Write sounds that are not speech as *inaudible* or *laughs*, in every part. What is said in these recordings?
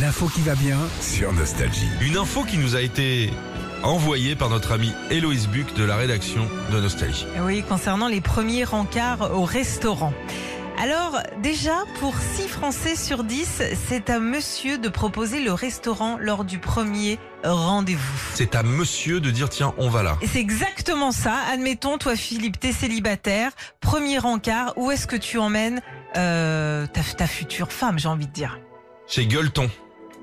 L'info qui va bien sur Nostalgie. Une info qui nous a été envoyée par notre amie Héloïse Buc de la rédaction de Nostalgie. Oui, concernant les premiers rencarts au restaurant. Alors, déjà, pour 6 Français sur 10, c'est à monsieur de proposer le restaurant lors du premier rendez-vous. C'est à monsieur de dire tiens, on va là. Et c'est exactement ça. Admettons, toi, Philippe, t'es célibataire. Premier rencard, où est-ce que tu emmènes euh, ta, ta future femme, j'ai envie de dire Chez Gueuleton.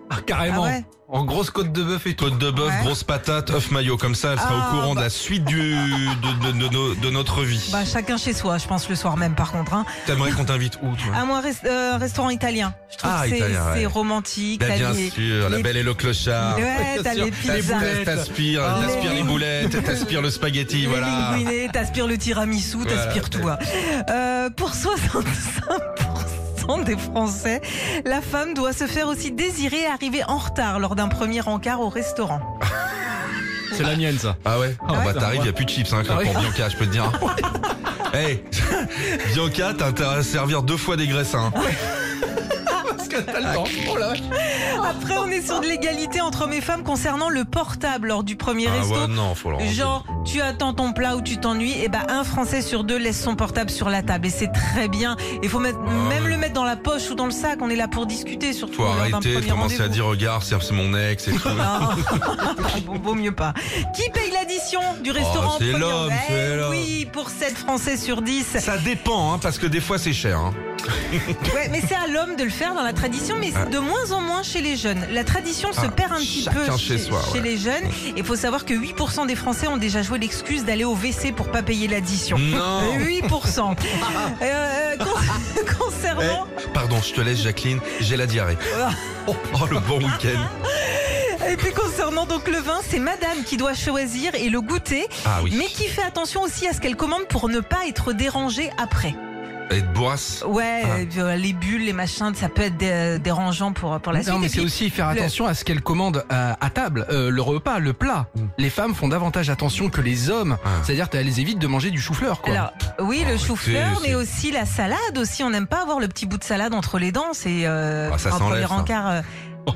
Ah, Eh carrément. Ah ouais. En grosse côte de bœuf et tout. Côte de bœuf, Ouais. grosse patate, œuf maillot, comme ça elle sera Ah, au courant bah. de la suite du, de, de- de- de nos- de notre vie. Bah, chacun chez soi, je pense, le soir même, par contre. Hein. T'aimerais qu'on t'invite où toi À moi, rest- euh, restaurant italien. Je trouve Ah, que c'est italien, ouais. c'est romantique. Bah, t'as Bien les- sûr, la les- belle et le clochard. Ouais, t'as sûr. les Les pizzas. Oh, boulettes. T'aspires, Ah. t'aspires les boulettes, t'aspires le spaghetti, Les voilà. linguinés, t'aspires le tiramisu, Voilà. t'aspires tout. hein. Euh, pour 65% des Français, la femme doit se faire aussi désirer et arriver en retard lors d'un premier encart au restaurant. C'est la mienne, ça. Ah ouais Ah ouais, bah ça t'arrives, va. y a plus de chips hein, quand Ah pour oui. Bianca, je peux te *laughs* dire. hey, *laughs* Bianca, t'as intérêt à servir deux fois des graissins. hein. Ah, Parce que t'as le temps. Oh la vache. Après, on est sur de l'égalité entre hommes et femmes concernant le portable lors du premier ah resto. ouais, non, faut le rendre. Genre, tu attends ton plat ou tu t'ennuies, et ben un Français sur deux laisse son portable sur la table. Et c'est très bien. Il faut mettre- Ah, même mais- le mettre dans la poche ou dans le sac. On est là pour discuter, surtout. Faut lors d'un arrêter de premier commencer à rendez-vous. dire regarde, c'est c'est mon ex et tout. *laughs* Non. Oh. *laughs* Bon, vaut mieux pas. Qui paye l'addition du restaurant Ah, c'est premier l'homme, Eh c'est l'homme. Oui, pour 7 Français sur 10. Ça dépend, hein, parce que des fois c'est cher. Hein. Ouais, mais c'est à l'homme de le faire dans la tradition, mais c'est de moins en moins chez les jeunes. La tradition se Ah, perd un petit chacun peu chez soi, ouais. les jeunes. Et faut savoir que 8% des Français ont déjà joué l'excuse d'aller au WC pour pas payer l'addition. Non. Eh 8%. Euh, euh, con- *laughs* concernant Pardon, je te laisse Jacqueline, j'ai la diarrhée. Ah. *laughs* Oh, oh, le bon week-end. Eh. et puis concernant donc le vin, c'est Madame qui doit choisir et le goûter, Ah oui. mais qui fait attention aussi à ce qu'elle commande pour ne pas être dérangée après. Et de boisse. Ouais, Ah. et puis, euh, les bulles, les machins, ça peut être dé- euh, dérangeant pour pour la suite. Non, mais Et c'est puis, aussi faire le- attention à ce qu'elle commande à, à table, euh, le repas, le plat. Les femmes font davantage attention que les hommes. Ah. C'est-à-dire qu'elles évitent de manger du chou-fleur, quoi. Alors oui, le Arrêtez, chou-fleur, c'est- mais aussi la salade aussi. On n'aime pas avoir le petit bout de salade entre les dents. C'est euh, Ah, ça un s'enlève, premier ça. encart. euh,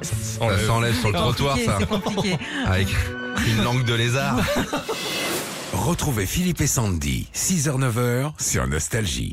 Ça s'enlève sur le trottoir, compliqué, ça. c'est compliqué. Avec une langue de lézard. Retrouvez Philippe et Sandy, 6h-9h sur Nostalgie.